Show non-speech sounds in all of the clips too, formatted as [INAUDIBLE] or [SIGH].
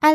艾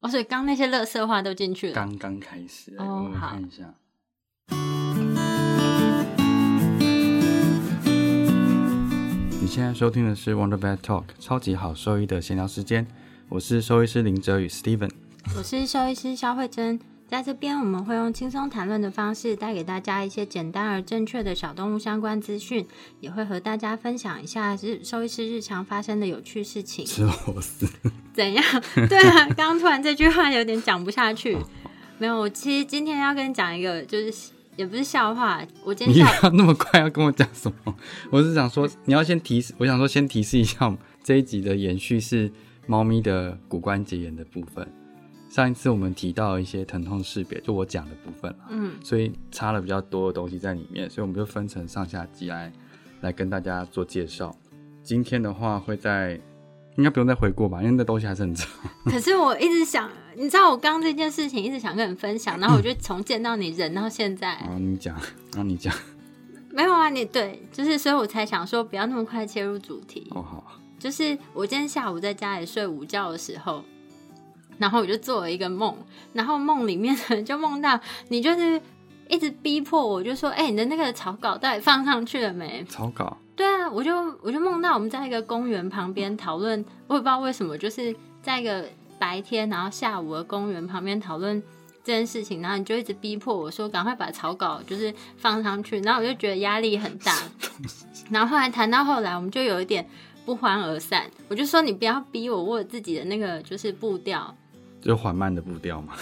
哦，所以刚那些乐色话都进去了。刚刚开始。哦我们好看一下，你现在收听的是 Wonder Vet Talk 超级好兽医的闲聊时间，我是兽医师林哲宇 Steven。我是兽医师肖慧珍，在这边我们会用轻松谈论的方式，带给大家一些简单而正确的小动物相关资讯，也会和大家分享一下日兽医师日常发生的有趣事情。吃螺丝，怎样？ [LAUGHS] 对啊，刚刚突然这句话有点讲不下去。没有，我其实今天要跟你讲一个，就是也不是笑话，我今你天笑要那么快要跟我讲什么？ [LAUGHS] 我是想说，你要先提示，我想说先提示一下，我们这一集的延续是猫咪的骨关节炎的部分。上一次我们提到一些疼痛识别，就我讲的部分啦嗯，所以插了比较多的东西在里面，所以我们就分成上下集来来跟大家做介绍。今天的话会在，应该不用再回顾吧，因为那东西还是很长。可是我一直想，你知道我刚刚这件事情一直想跟你分享，然后我就从见到你人到现在，然后你讲， [LAUGHS] 然后你讲，没有啊，你对，就是所以我才想说不要那么快切入主题。哦好，就是我今天下午在家里睡午觉的时候，然后我就做了一个梦，然后梦里面呢就梦到你就是一直逼迫我，就说：“哎、你的那个草稿到底放上去了没草稿，？”对啊，我就我就梦到我们在一个公园旁边讨论，我也不知道为什么，就是在一个白天，然后下午的公园旁边讨论。这件事情，然后你就一直逼迫我说赶快把草稿就是放上去，然后我就觉得压力很大。然后后来谈到后来，我们就有一点不欢而散。我就说你不要逼我，我有自己的那个就是步调，就缓慢的步调嘛。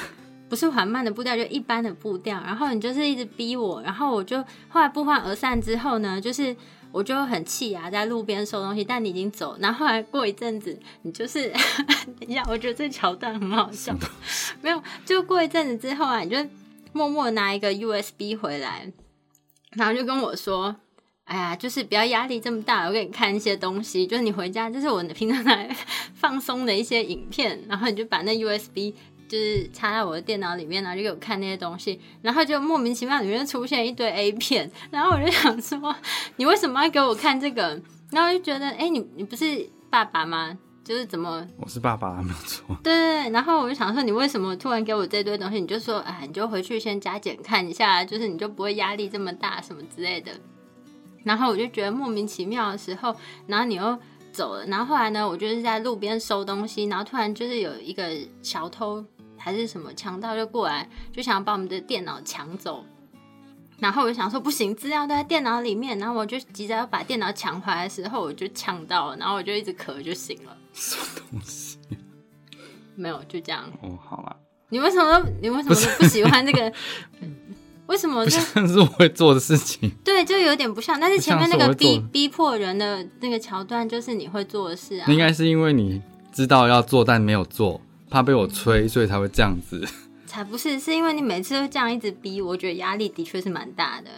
不是缓慢的步调，就一般的步调。然后你就是一直逼我，然后我就后来不欢而散之后呢，就是我就很气啊，在路边收东西，但你已经走。然后后来过一阵子，你就是 [LAUGHS] 等一下，我觉得这桥段很好笑。没有，就过一阵子之后啊，你就默默拿一个 USB 回来，然后就跟我说。哎呀，就是不要压力这么大，我给你看一些东西，就是你回家，这是我平常来放松的一些影片，然后你就把那 USB 就是插到我的电脑里面，然后就给我看那些东西，然后就莫名其妙里面就出现一堆 A 片，然后我就想说，你为什么要给我看这个？然后我就觉得，哎、你你不是爸爸吗？就是怎么我是爸爸，没有错。对对对，然后我就想说，你为什么突然给我这堆东西？你就说，哎，你就回去先加减看一下，就是你就不会压力这么大什么之类的。然后我就觉得莫名其妙的时候，然后你又走了，然后后来呢，我就是在路边收东西，然后突然就是有一个小偷还是什么强盗就过来，就想把我们的电脑抢走。然后我就想说不行，资料都在电脑里面，然后我就急着要把电脑抢回来的时候，我就呛到了，然后我就一直咳就醒了，什么东西？没有就这样。哦，好啦，你为什么都你为什么都不喜欢这 [LAUGHS] 个？为什么不就像是我会做的事情。对就有点不像？但是前面那不像是我个会做逼的逼迫人的那个桥段，就是你会做的事啊那。应该是因为你知道要做，但没有做，怕被我催，所以才会这样子。才不是，是因为你每次都这样一直逼，我觉得压力的确是蛮大的。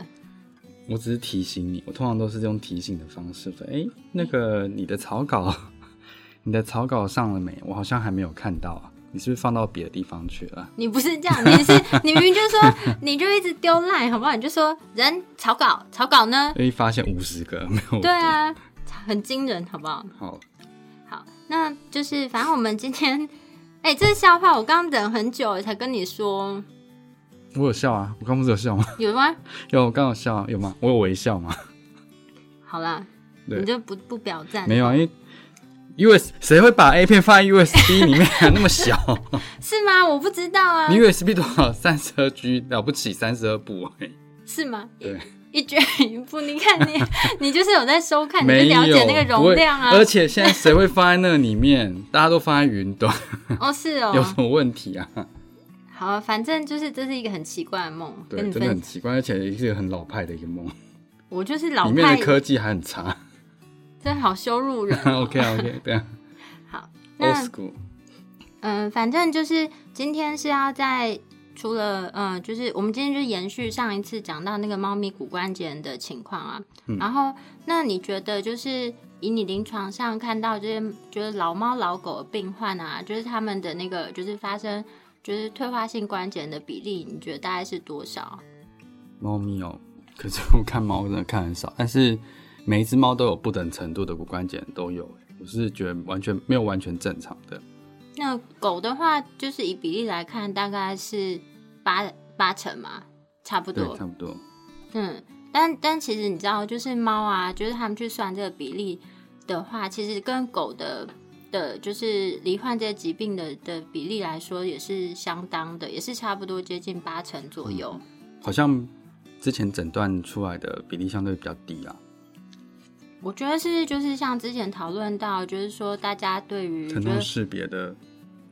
我只是提醒你，我通常都是用提醒的方式说，哎、那个你的草稿， [LAUGHS] 你的草稿上了没？我好像还没有看到啊，你是不是放到别的地方去了？你不是这样，你是你明明就说你就一直丢赖，好不好？你就说人草稿草稿呢？因为发现五十个 [LAUGHS] 没有。对，啊，很惊人，好不好？好，好，那就是反正我们今天，哎、这个笑话我刚刚等很久才跟你说，我有笑啊，我刚不是有笑吗？ [LAUGHS] 有吗？有，我刚有笑啊，有吗？我有微笑吗？ [LAUGHS] 好啦，对你就不不表赞，没有啊，因为。US 谁会把 A 片放在 USB 里面啊？那么小是吗？我不知道啊，你，USB 多少？三十二 G，了不起三十二步哎而已。是吗？对，一卷一步， [LAUGHS] 你看你，你就是有在收看，你就 [LAUGHS] 没有了解那个容量啊不会。而且现在谁会放在那里面？大家都放在云端，哦，是有哦什，么问题啊？好啊，反正就是这是一个很奇怪的梦，对跟，你真的分很，奇怪，而且也是一个很老派的一个梦，我就是老里面派的，科技还很差。。真好羞辱人 OK [LAUGHS] 哦啊 OK，对啊好，[LAUGHS]，Old 那 School，嗯、反正就是今天是要在除了嗯、呃就是我们今天就延续上一次讲到那个猫咪骨关节炎的情况啊，然后那你觉得就是以你临床上看到这些就是老猫老狗的病患啊，就是他们的那个就是发生就是退化性关节炎的比例，你觉得大概是多少？啊猫咪哦，可是我看猫真的看很少，但是每一只猫都有不等程度的骨关节炎都有，我是觉得完全没有完全正常的。那狗的话，就是以比例来看，大概是八八成嘛，差不对多，。差不多。嗯，但但其实你知道，就是猫啊，就是他们去算这个比例的话，其实跟狗的的，就是罹患这些疾病的的比例来说，也是相当的，也是差不多接近八成左嗯右。好像之前诊断出来的比例相对比较低啊，我觉得是就是像之前讨论到，就是说大家对于疼就痛是识别的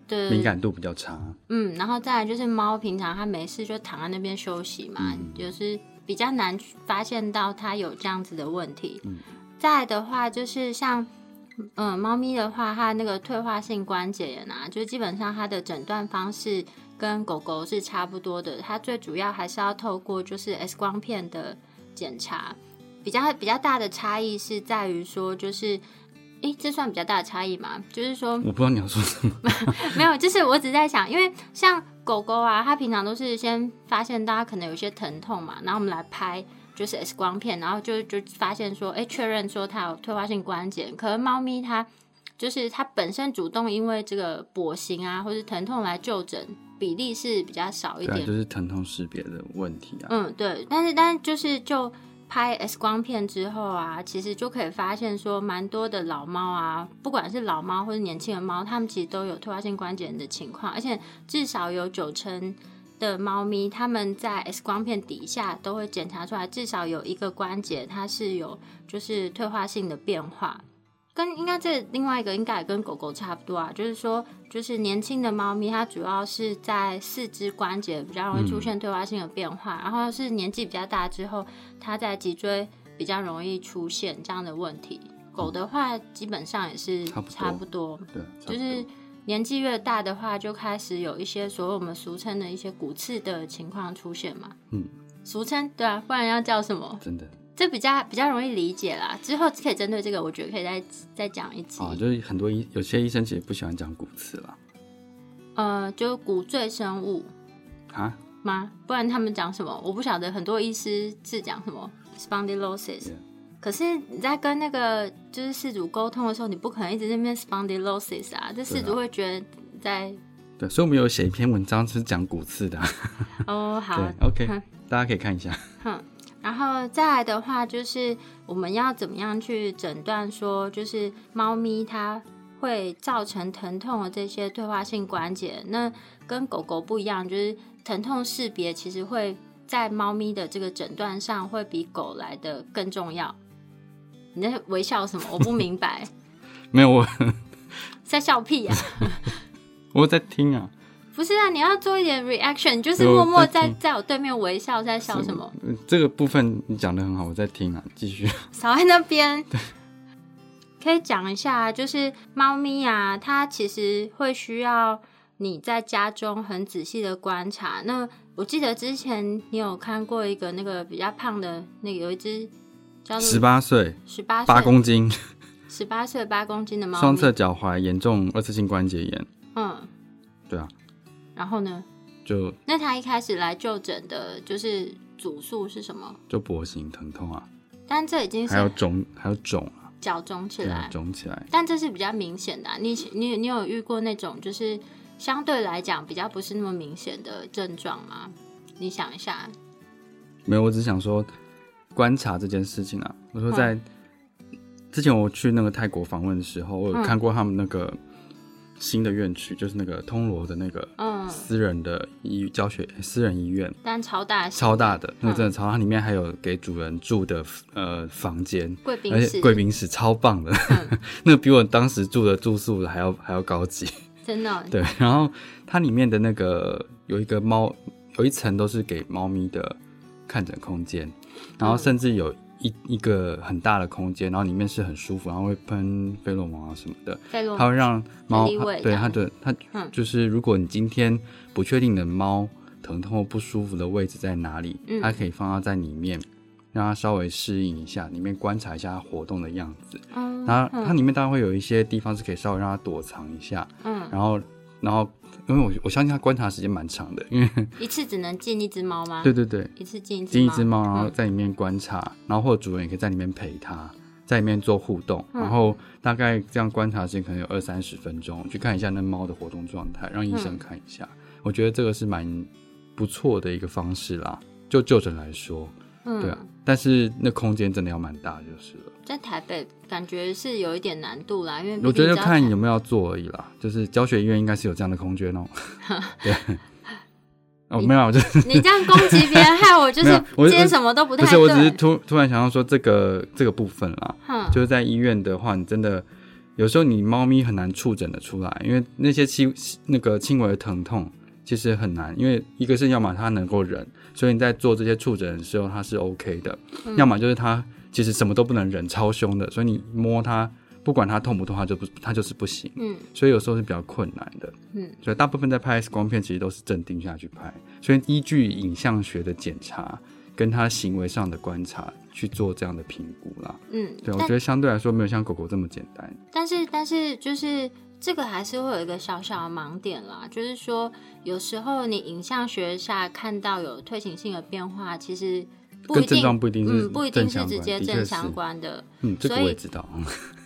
对敏感度比较差。嗯，然后再来就是猫，平常它没事就躺在那边休息嘛，就是比较难去发现到它有这样子的问题。再来的话就是像，嗯、猫咪的话，它那个退化性关节炎啊，就基本上它的诊断方式跟狗狗是差不多的，它最主要还是要透过就是 X 光片的检查。比较比较大的差异是在于说，就是，诶、这算比较大的差异嘛？就是说，我不知道你要说什么，没有，就是我只在想，因为像狗狗啊，它平常都是先发现大家可能有一些疼痛嘛，然后我们来拍就是 X 光片，然后就就发现说，哎，确认说它有退化性关节。可是猫咪它就是它本身主动因为这个跛行啊，或是疼痛来就诊，比例是比较少一对啊，点就是疼痛识别的问题啊。嗯，对，但是但是就是就拍 X 光片之后啊，其实就可以发现说，蛮多的老猫啊，不管是老猫或者年轻的猫，它们其实都有退化性关节炎的情况，而且至少有九成的猫咪，它们在 X 光片底下都会检查出来，至少有一个关节它是有就是退化性的变化。跟应该这另外一个应该也跟狗狗差不多啊，就是说，就是年轻的猫咪，它主要是在四肢关节比较容易出嗯现退化性的变化，然后是年纪比较大之后，它在脊椎比较容易出现这样的问题。狗的话，基本上也是差不多差不多，对啊，差就不多是年纪越大的话，就开始有一些所谓我们俗称的一些骨刺的情况出现嘛。嗯，俗称对啊，不然要叫什么？真的这比较比较容易理解啦。之后可以针对这个，我觉得可以再再讲一集。啊，就是很多医有些医生其实不喜欢讲骨刺啦。呃，就骨赘生物啊，吗？不然他们讲什么？我不晓得。很多医师是讲什么 spondylosis，、 Yeah 可是你在跟那个就是事主沟通的时候，你不可能一直在那边 spondylosis 啊，这事主会觉得你 [LAUGHS] 在、对，所以我们有写一篇文章是讲骨刺的啊、哦好对，OK，哼大家可以看一下。 [LAUGHS] 哼，然后再来的话，就是我们要怎么样去诊断说，就是猫咪它会造成疼痛的这些退化性关节，那跟狗狗不一样，就是疼痛识别其实会在猫咪的这个诊断上会比狗来的更重要。你在微笑什么？我不明白，没有我，在笑屁呀、我在听啊， [LAUGHS] 不是啊，你要做一点 reaction，你就是对我默默在在听在我对面微笑，在笑什么？嗯这个部分你讲的很好，我在听啊，继续。少在那边。可以讲一下，就是猫咪啊，它其实会需要你在家中很仔细的观察。那我记得之前你有看过一个那个比较胖的，那个有一只叫十做八岁，十八八岁公斤，十八岁八公斤的猫咪，双侧脚踝严重二次性关节炎。嗯，对啊，然后呢，就那它一开始来就诊的就是主诉是什么？就跛行疼痛啊，但这已经还有是肿，还有肿啊，脚肿起对啊来，，肿起来。但这是比较明显的啊、你你你有遇过那种就是相对来讲比较不是那么明显的症状吗？你想一下，没有，我只想说观察这件事情啊。我说嗯在、之前我去那个泰国访问的时候，我嗯有看过他们那个新的院区，就是那个通罗的那个嗯，私人的医教学私人医院，但超大型超大的，那个嗯真的超大，它里面还有给主人住的呃房间，贵宾而且室，嗯贵宾室超棒的， [LAUGHS] 那比我当时住的住宿还要还要高级。真的哦对，然后它里面的那个有一个猫，有一层都是给猫咪的看诊空间，然后甚至有一一个很大的空间，然后里面是很舒服，然后会喷菲洛蒙啊什么的，费洛它会让猫立位对这样它的它嗯就是，如果你今天不确定你的猫疼痛或不舒服的位置在哪里，嗯它可以放到在里面，让它稍微适应一下，里面观察一下它活动的样子。嗯，它嗯它里面当然会有一些地方是可以稍微让它躲藏一下，嗯，然后然后因为我我相信它观察时间蛮长的，因为一次只能进一只猫吗？对，对对，一次进一只进猫。一只猫，然后嗯在里面观察，然后或者主人也可以在里面陪它，在里面做互动，嗯然后大概这样观察时间可能有二三十分钟，去看一下那猫的活动状态，让医生看一嗯下。我觉得这个是蛮不错的一个方式啦，就就诊来说，嗯，对啊。但是那空间真的要蛮大就是了，在台北感觉是有一点难度啦，因为我觉毕竟得就只要看台有没有做而已啦。就是教学医院应该是有这样的 [LAUGHS] 空间哦、对。哦，没有，就是你这样攻击别人，害我就 [LAUGHS] 没是有我今天什么都不不太是，对。我只是突突然想到说这个这个部分啦，哼就是在医院的话，你真的有时候你猫咪很难触诊的出来，因为那些轻那个轻微的疼痛其实很难，因为一个是要么它能够忍，所以你在做这些触诊的时候它是 OK 的；嗯要么就是它其实什么都不能忍，超凶的，所以你摸它，不管它痛不痛，它就不它就是不行。嗯所以有时候是比较困难的。嗯，所以大部分在拍 X 光片，其实都是镇定下去拍，所以依据影像学的检查跟他行为上的观察去做这样的评估啦。嗯，对，我但觉得相对来说没有像狗狗这么简单。但是但是就是这个还是会有一个小小的盲点啦，就是说有时候你影像学下看到有退行性的变化，其实不一跟症定状不一定是嗯不一定正是相直关接的确正是相关的。嗯，这个所以我也知道。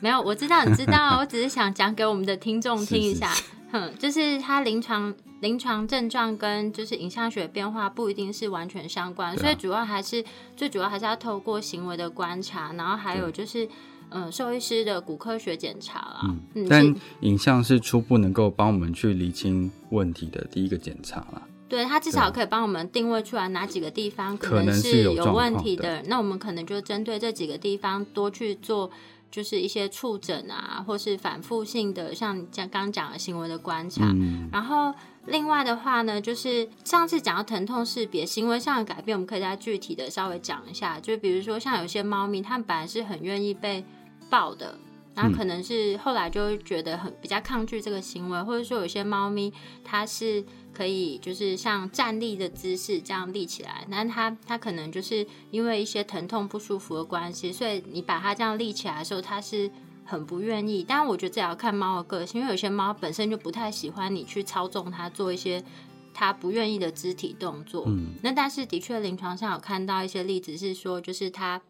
没有，我知道，你知 [LAUGHS] 道，我只是想讲给我们的听众听一下。是哼，就是它临床临床症状跟就是影像学变化不一定是完全相关，对啊所以主要还是最主要还是要透过行为的观察，然后还有就是嗯、呃兽医师的骨科学检查啦。嗯， [LAUGHS] 但是影像是初步能够帮我们去厘清问题的第一个检查啦。对它至对少啊可以帮我们定位出来哪几个地方可能能是是有状问况题的的，那我们可能就针对这几个地方多去做。就是一些触诊啊，或是反复性的，像你刚刚讲的行为的观察，嗯，然后另外的话呢，就是上次讲到疼痛识别行为上的改变，我们可以再具体的稍微讲一下。就比如说像有些猫咪，它们本来是很愿意被抱的。然嗯后可能是后来就会觉得很比较抗拒这个行为，或者说有些猫咪它是可以就是像站立的姿势这样立起来，那它它可能就是因为一些疼痛不舒服的关系，所以你把它这样立起来的时候，它是很不愿意。但我觉得这也要看猫的个性，因为有些猫本身就不太喜欢你去操纵它做一些它不愿意的肢体动作。嗯，那但是的确，临床上有看到一些例子是说，就是它。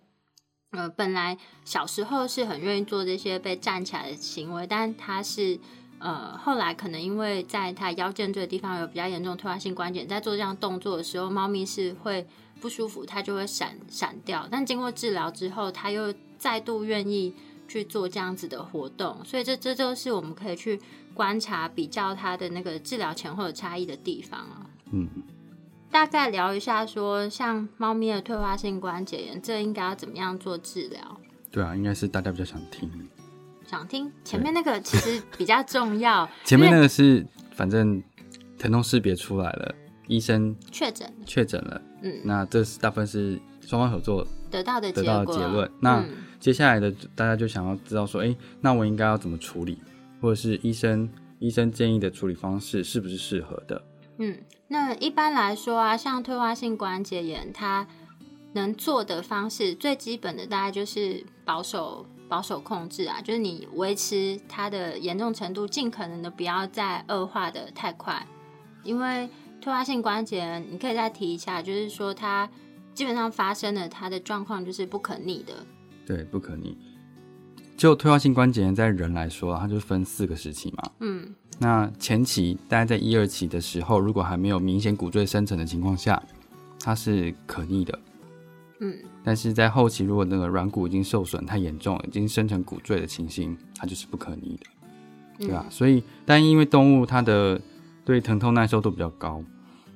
呃，本来小时候是很愿意做这些被站起来的行为，但它是呃后来可能因为在它腰间这个地方有比较严重的退化性关节，在做这样动作的时候，猫咪是会不舒服，它就会闪闪掉。但经过治疗之后，它又再度愿意去做这样子的活动，所以这这就是我们可以去观察比较它的那个治疗前后的差异的地方啊。嗯，大概聊一下说，像猫咪的退化性关节炎，这应该要怎么样做治疗？对啊，应该是大家比较想听。想听前面那个其实比较重要，前面那个是反正疼痛识别出来了，医生确诊确诊了，嗯那这是大部分是双方合作得到的结得果到啊，的结论。那嗯接下来的大家就想要知道说，哎、那我应该要怎么处理，或者是医生医生建议的处理方式是不是适合的？嗯，那一般来说啊，像退化性关节炎，它能做的方式最基本的大概就是保守保守控制啊，就是你维持它的严重程度，尽可能的不要再恶化的太快，因为退化性关节炎，你可以再提一下，就是说它基本上发生了它的状况就是不可逆的，对，不可逆。就退化性关节炎在人来说啊，它就分四个时期嘛。嗯那前期大家在一二期的时候，如果还没有明显骨赘生成的情况下，它是可逆的。嗯但是在后期，如果那个软骨已经受损太严重，已经生成骨赘的情形，它就是不可逆的。嗯，对啊，所以但因为动物它的对疼痛耐受度比较高，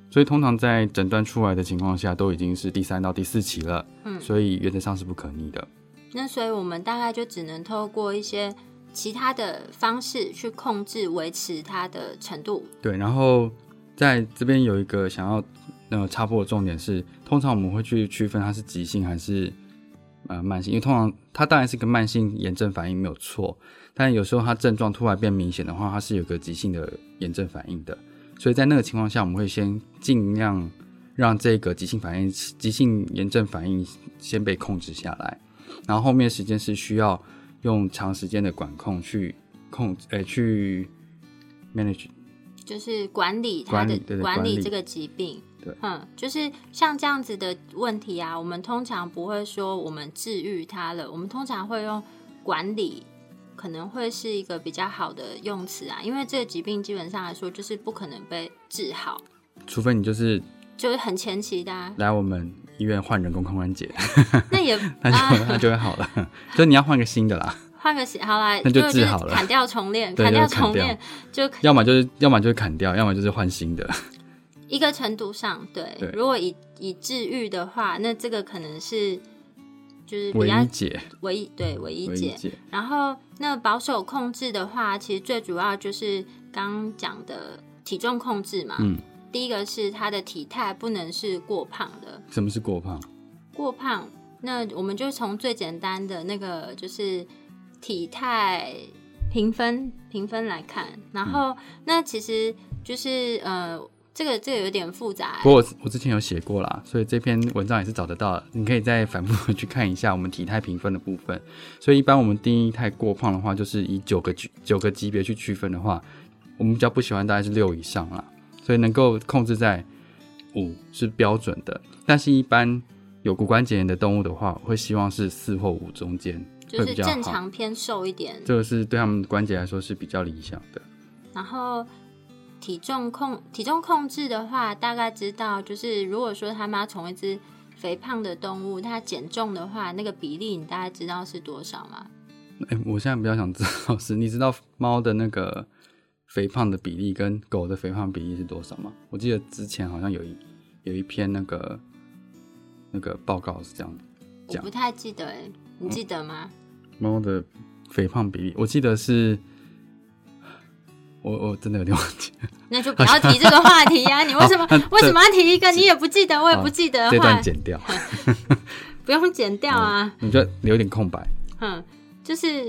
所以通常在诊断出来的情况下，都已经是第三到第四期了，嗯所以原则上是不可逆的。那所以我们大概就只能透过一些其他的方式去控制、维持它的程度。对，然后在这边有一个想要呃插播的重点是，通常我们会去区分它是急性还是呃慢性，因为通常它当然是个慢性炎症反应没有错，但有时候它症状突然变明显的话，它是有个急性的炎症反应的。所以在那个情况下，我们会先尽量让这个急性反应、急性炎症反应先被控制下来，然后后面时间是需要用长时间的管控去控，呃，去 manage 就是管理它管的理对对管管理这个疾病。对嗯，就是像这样子的问题啊，我们通常不会说我们治愈它了，我们通常会用管理，可能会是一个比较好的用词啊，因为这个疾病基本上来说就是不可能被治好，除非你就是，就是很前期的、啊 [LAUGHS] 来我们医院换人工髋关 [LAUGHS] 节，那也那就、啊，那就会好了。 [LAUGHS] 就你要换个新 [LAUGHS] 的啦，换个喜好啦， [LAUGHS] 那就就治是好了砍掉重练，对砍就掉是砍重掉练就可要么就是要么就是砍掉，要么就是换新的。一个程度上，对，对如果以以治愈的话，那这个可能是就是比唯较一解，唯一对唯一唯一解。解，然后那保守控制的话，其实最主要就是刚讲的体重控制嘛。嗯，第一个是他的体态不能是过胖的，什么是过胖？过胖，那我们就从最简单的那个就是体态评分评分来看，然后、那其实就是呃，这个这个有点复杂欸、不过我我之前有写过啦，所以这篇文章也是找得到的，你可以再反复地去看一下我们体态评分的部分。所以一般我们定义太过胖的话，就是以九个级九个级别去区分的话，我们比较不喜欢大概是六以上啦，所以能够控制在五是标准的。但是，一般有骨关节炎的动物的话，我会希望是四或五中间就会是比较正好，常偏瘦一点，这个是对他们关节来说是比较理想的。然后体重控体重控制的话，大概知道就是如果说他们要从一只肥胖的动物，它减重的话，那个比例你大概知道是多少吗？哎、我现在比较想知道是，你知道猫的那个肥胖的比例跟狗的肥胖比例是多少吗？我记得之前好像有一有一篇那个那个报告是这样的，嗯我讲不太记得、欸，你记得吗？猫的肥胖比例，我记得是，我我真的有点忘记了，那就不要提这个话题呀、你为 [LAUGHS] 什么好那为什么要提一个你也不记得，我也不记得啊这的话段，剪掉， [LAUGHS] 不用剪掉啊。你就留点空白，嗯，就是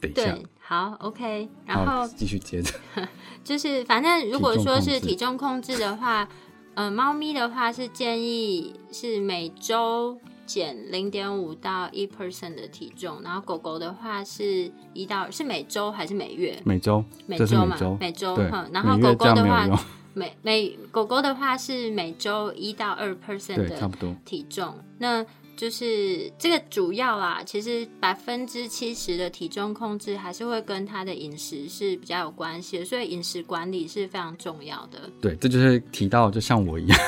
等一下对，，好，OK。然好后继续接着， [LAUGHS] 就是，反正如果说是体体重控制的话，呃，猫咪的话是建议是每周减零点五到一 percent 的体重，然后狗狗的话是一到是每周还是每月？每周，每这是周每嘛周，，每周。对哼，然后每狗月这狗样的没有话用，每每狗狗的话是每周一到二 percent 对，差的不多，体重，那就是这个主要啊，其实百分之七十的体重控制还是会跟他的饮食是比较有关系的，所以饮食管理是非常重要 [LAUGHS] 的。对，这就是提到就像我一样。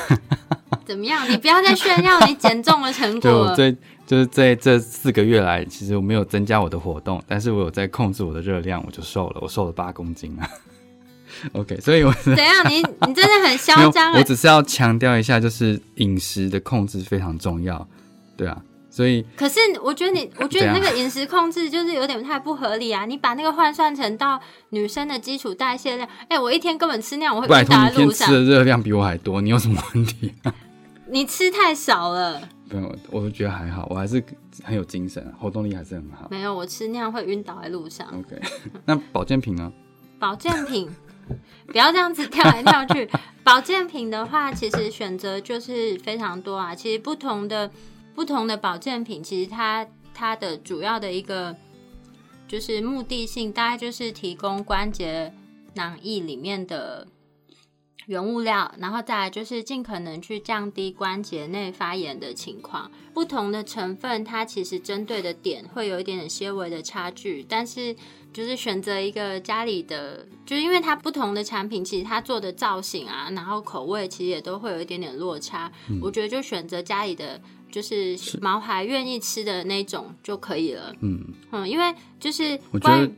怎么样？你不要再炫耀你减重的 [LAUGHS] 成果就我 [LAUGHS] 了。最就是在这四个月来，其实我没有增加我的活动，但是我有在控制我的热量，我就瘦了，我瘦了八公斤啊。OK，所以我怎样？你你真的很没有嚣张，啊我！只是要强调一下，就是饮食的控制非常重要，对啊，所以可是我觉得你，我觉得你那个饮食控制就是有点太不合理啊！你把那个换算成到女生的基础代谢量，哎、我一天根本吃那样，我会拜晕托倒你在一天路吃上。的热量比我还多，你有什么问题、 [LAUGHS] 啊？你吃太少了。没有，我就觉得还好，我还是很有精神，活动力还是很好。没有，我吃那样会晕倒在路上。 OK，那 [LAUGHS] 保健品呢？保健品，不要这样子跳来跳去。保健品的话，其实选择就是非常多啊。其实不同的不同的保健品，其实它它的主要的一个就是目的性，大概就是提供关节囊液里面的原物料，然后再来就是尽可能去降低关节内发炎的情况。不同的成分，它其实针对的点会有一点点些微的差距，但是就是选择一个家里的，就是因为它不同的产品，其实它做的造型啊，然后口味其实也都会有一点点落差。嗯我觉得就选择家里的。就是毛孩愿意吃的那种就可以了。嗯，嗯，因为就是我觉关得于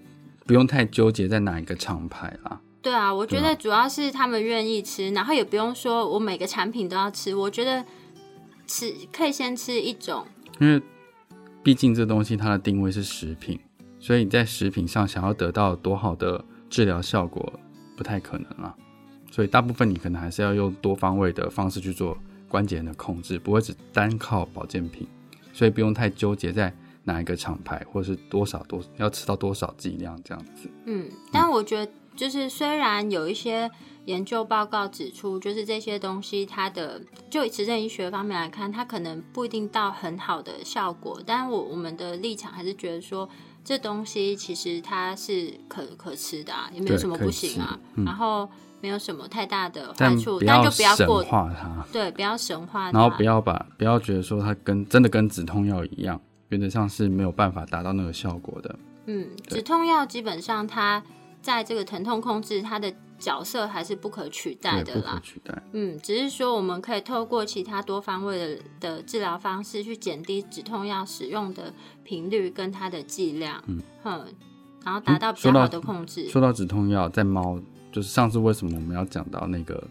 不用太纠结在哪一个厂牌啦。对啊，我觉对得主要是他们愿意吃，然后也不用说我每个产品都要吃。我觉得吃可以先吃一种，因为毕竟这东西它的定位是食品，所以你在食品上想要得到多好的治疗效果不太可能啦。所以大部分你可能还是要用多方位的方式去做关节炎的控制，不会只单靠保健品，所以不用太纠结在哪一个厂牌或是多少多要吃到多少剂量这样子。嗯，但我觉得就是虽然有一些研究报告指出，就是这些东西它的就以持证医学方面来看，它可能不一定到很好的效果，但我我们的立场还是觉得说。这东西其实它是可可吃的啊，也没有对什么可以不行啊，吃嗯然后没有什么太大的坏但处，不但就不要神过化它，对，不要神话它，然后不要把不要觉得说它跟真的跟止痛药一样，原则上是没有办法达到那个效果的。嗯，对止痛药基本上它在这个疼痛控制它的角色还是不可取代对，的不可啦。取代。嗯，只是说我们可以透过其他多方位的的治疗方式去减低止痛药使用的频率跟它的剂量，嗯然后达到比较嗯说到好的控制。说到止痛药，在猫就是上次为什么我们要讲到那个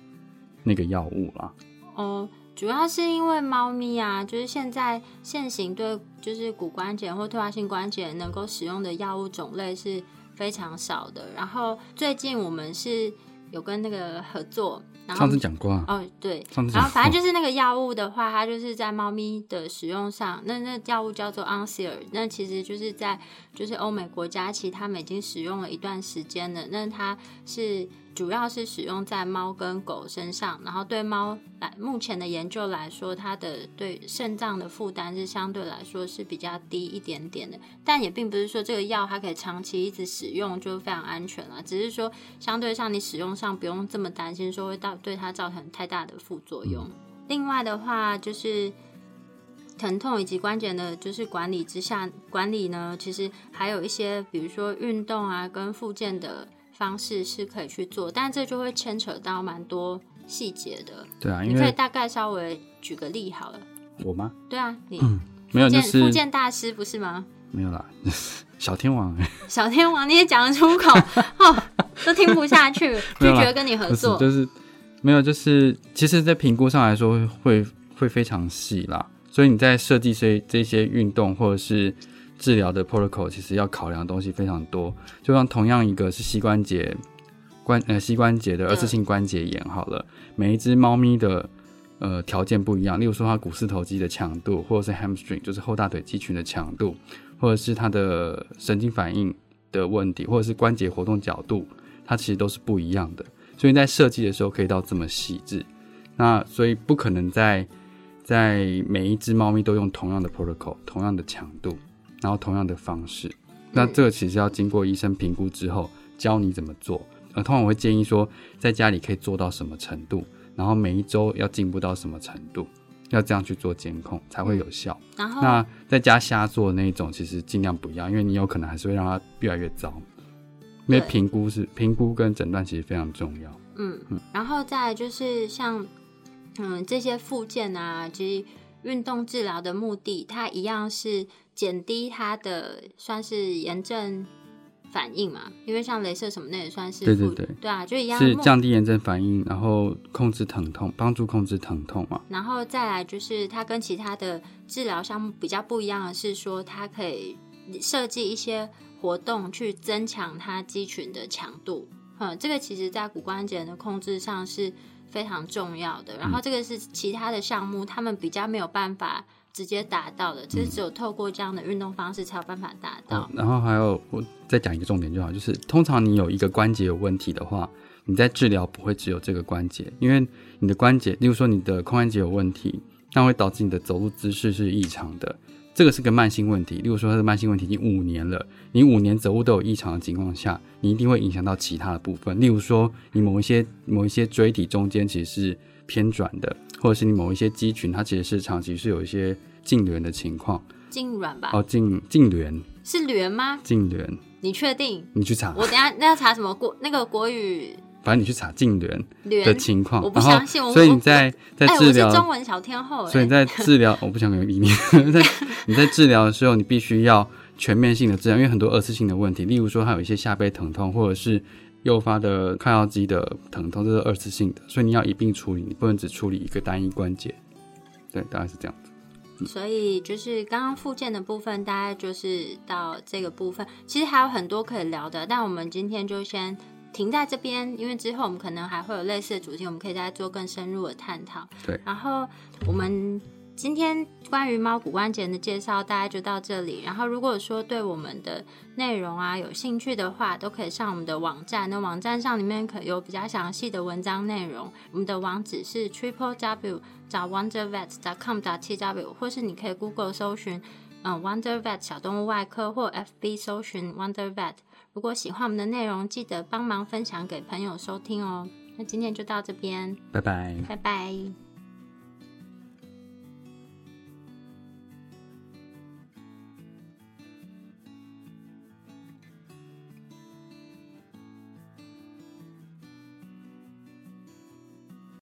那个药物啦？哦，主要是因为猫咪啊，就是现在现行对就是骨关节或退化性关节能够使用的药物种类是非常少的。然后最近我们是有跟那个合作，然后上次讲过啊，哦对，上次然讲后过，反正就是那个药物的话，它就是在猫咪的使用上，那那药物叫做 o n s i r 那其实就是在就是欧美国家，其实他们已经使用了一段时间了。那它是主要是使用在猫跟狗身上，然后对猫来目前的研究来说，它的对肾脏的负担是相对来说是比较低一点点的，但也并不是说这个药它可以长期一直使用就非常安全了，只是说相对上你使用上不用这么担心说会到对它造成太大的副作用。嗯另外的话就是。疼痛以及关节的，就是管理之下，管理呢，其实还有一些，比如说运动啊，跟复健的方式是可以去做，但这就会牵扯到蛮多细节的。对啊，你因可以为大概稍微举个例好了。我吗？对啊，你嗯没有，复就健是复健大师不是吗？没有啦，小 [LAUGHS] 天王、小天王你也讲得出口哦，都听不下去， [LAUGHS] 没拒有啦绝跟你合不是作。就是没有，就是其实，在评估上来说会会非常细啦，所以你在设计这这些运动或者是治疗的 protocol，其实要考量的东西非常多。就像同样一个是膝关节关呃膝关节的嗯二次性关节炎好了，每一只猫咪的。呃，条件不一样，例如说它股四头肌的强度，或者是 hamstring，就是后大腿肌群的强度，或者是它的神经反应的问题，或者是关节活动角度，它其实都是不一样的。所以在设计的时候可以到这么细致。那所以不可能在在每一只猫咪都用同样的 protocol、同样的强度，然后同样的方式。那这个其实要经过医生评估之后，教你怎么做。呃，通常我会建议说，在家里可以做到什么程度，然后每一周要进步到什么程度，要这样去做监控才会有效。然后那在家瞎做的那一种，其实尽量不要，因为你有可能还是会让它越来越糟。因为对评估是评估跟诊断其实非常重要。嗯，然后再来就是像嗯这些附件啊，其实运动治疗的目的，它一样是减低它的算是炎症反应嘛，因为像镭射什么那也算是对对附对对啊，就一样是目降低炎症反应，然后控制疼痛，帮助控制疼痛嘛。然后再来就是它跟其他的治疗项目比较不一样的是说，它可以设计一些活动去增强它肌群的强度。嗯，这个其实在骨关节的控制上是非常重要的。嗯然后这个是其他的项目，他们比较没有办法直接达到的，嗯这是只有透过这样的运动方式才有办法达到。啊然后还有我再讲一个重点就好，就是通常你有一个关节有问题的话，你在治疗不会只有这个关节，因为你的关节，例如说你的髋关节有问题，那会导致你的走路姿势是异常的。这个是个慢性问题，例如说它的慢性问题已经五年了，你五年走路都有异常的情况下，你一定会影响到其他的部分，例如说你某一些某一些椎体中间其实是偏转的，或者是你某一些肌群它其实是长期是有一些痉挛的情况，痉挛吧？哦，痉痉挛是挛吗？痉挛，你确定？你去查，我等一下那要查什么国那个国语反正你去查痉挛挛？的情况我，不然后相信我所以我你在在哎，我治是疗，中文小天后、哎所以 [LAUGHS] 你在治疗，我不想给 [LAUGHS] 你念，在你在治疗的时候，你必须要全面性的治疗，因为很多二次性的问题，例如说它有一些下背疼痛，或者是诱发的髋腰肌的疼痛，这是二次性的，所以你要一并处理，你不能只处理一个单一关节。对，大概是这样。所以就是刚刚附件的部分，大概就是到这个部分。其实还有很多可以聊的，但我们今天就先停在这边，因为之后我们可能还会有类似的主题，我们可以再做更深入的探讨。对，然后我们今天关于猫骨关节炎的介绍大概就到这里。然后如果说对我们的内容啊有兴趣的话，都可以上我们的网站。那网站上里面可有比较详细的文章内容。我们的网址是 triple w 找 wonder vet com t w，或是你可以 Google 搜寻嗯 wonder vet 小动物外科，或 FB 搜寻 wonder vet。如果喜欢我们的内容，记得帮忙分享给朋友收听哦。那今天就到这边，拜拜。拜拜。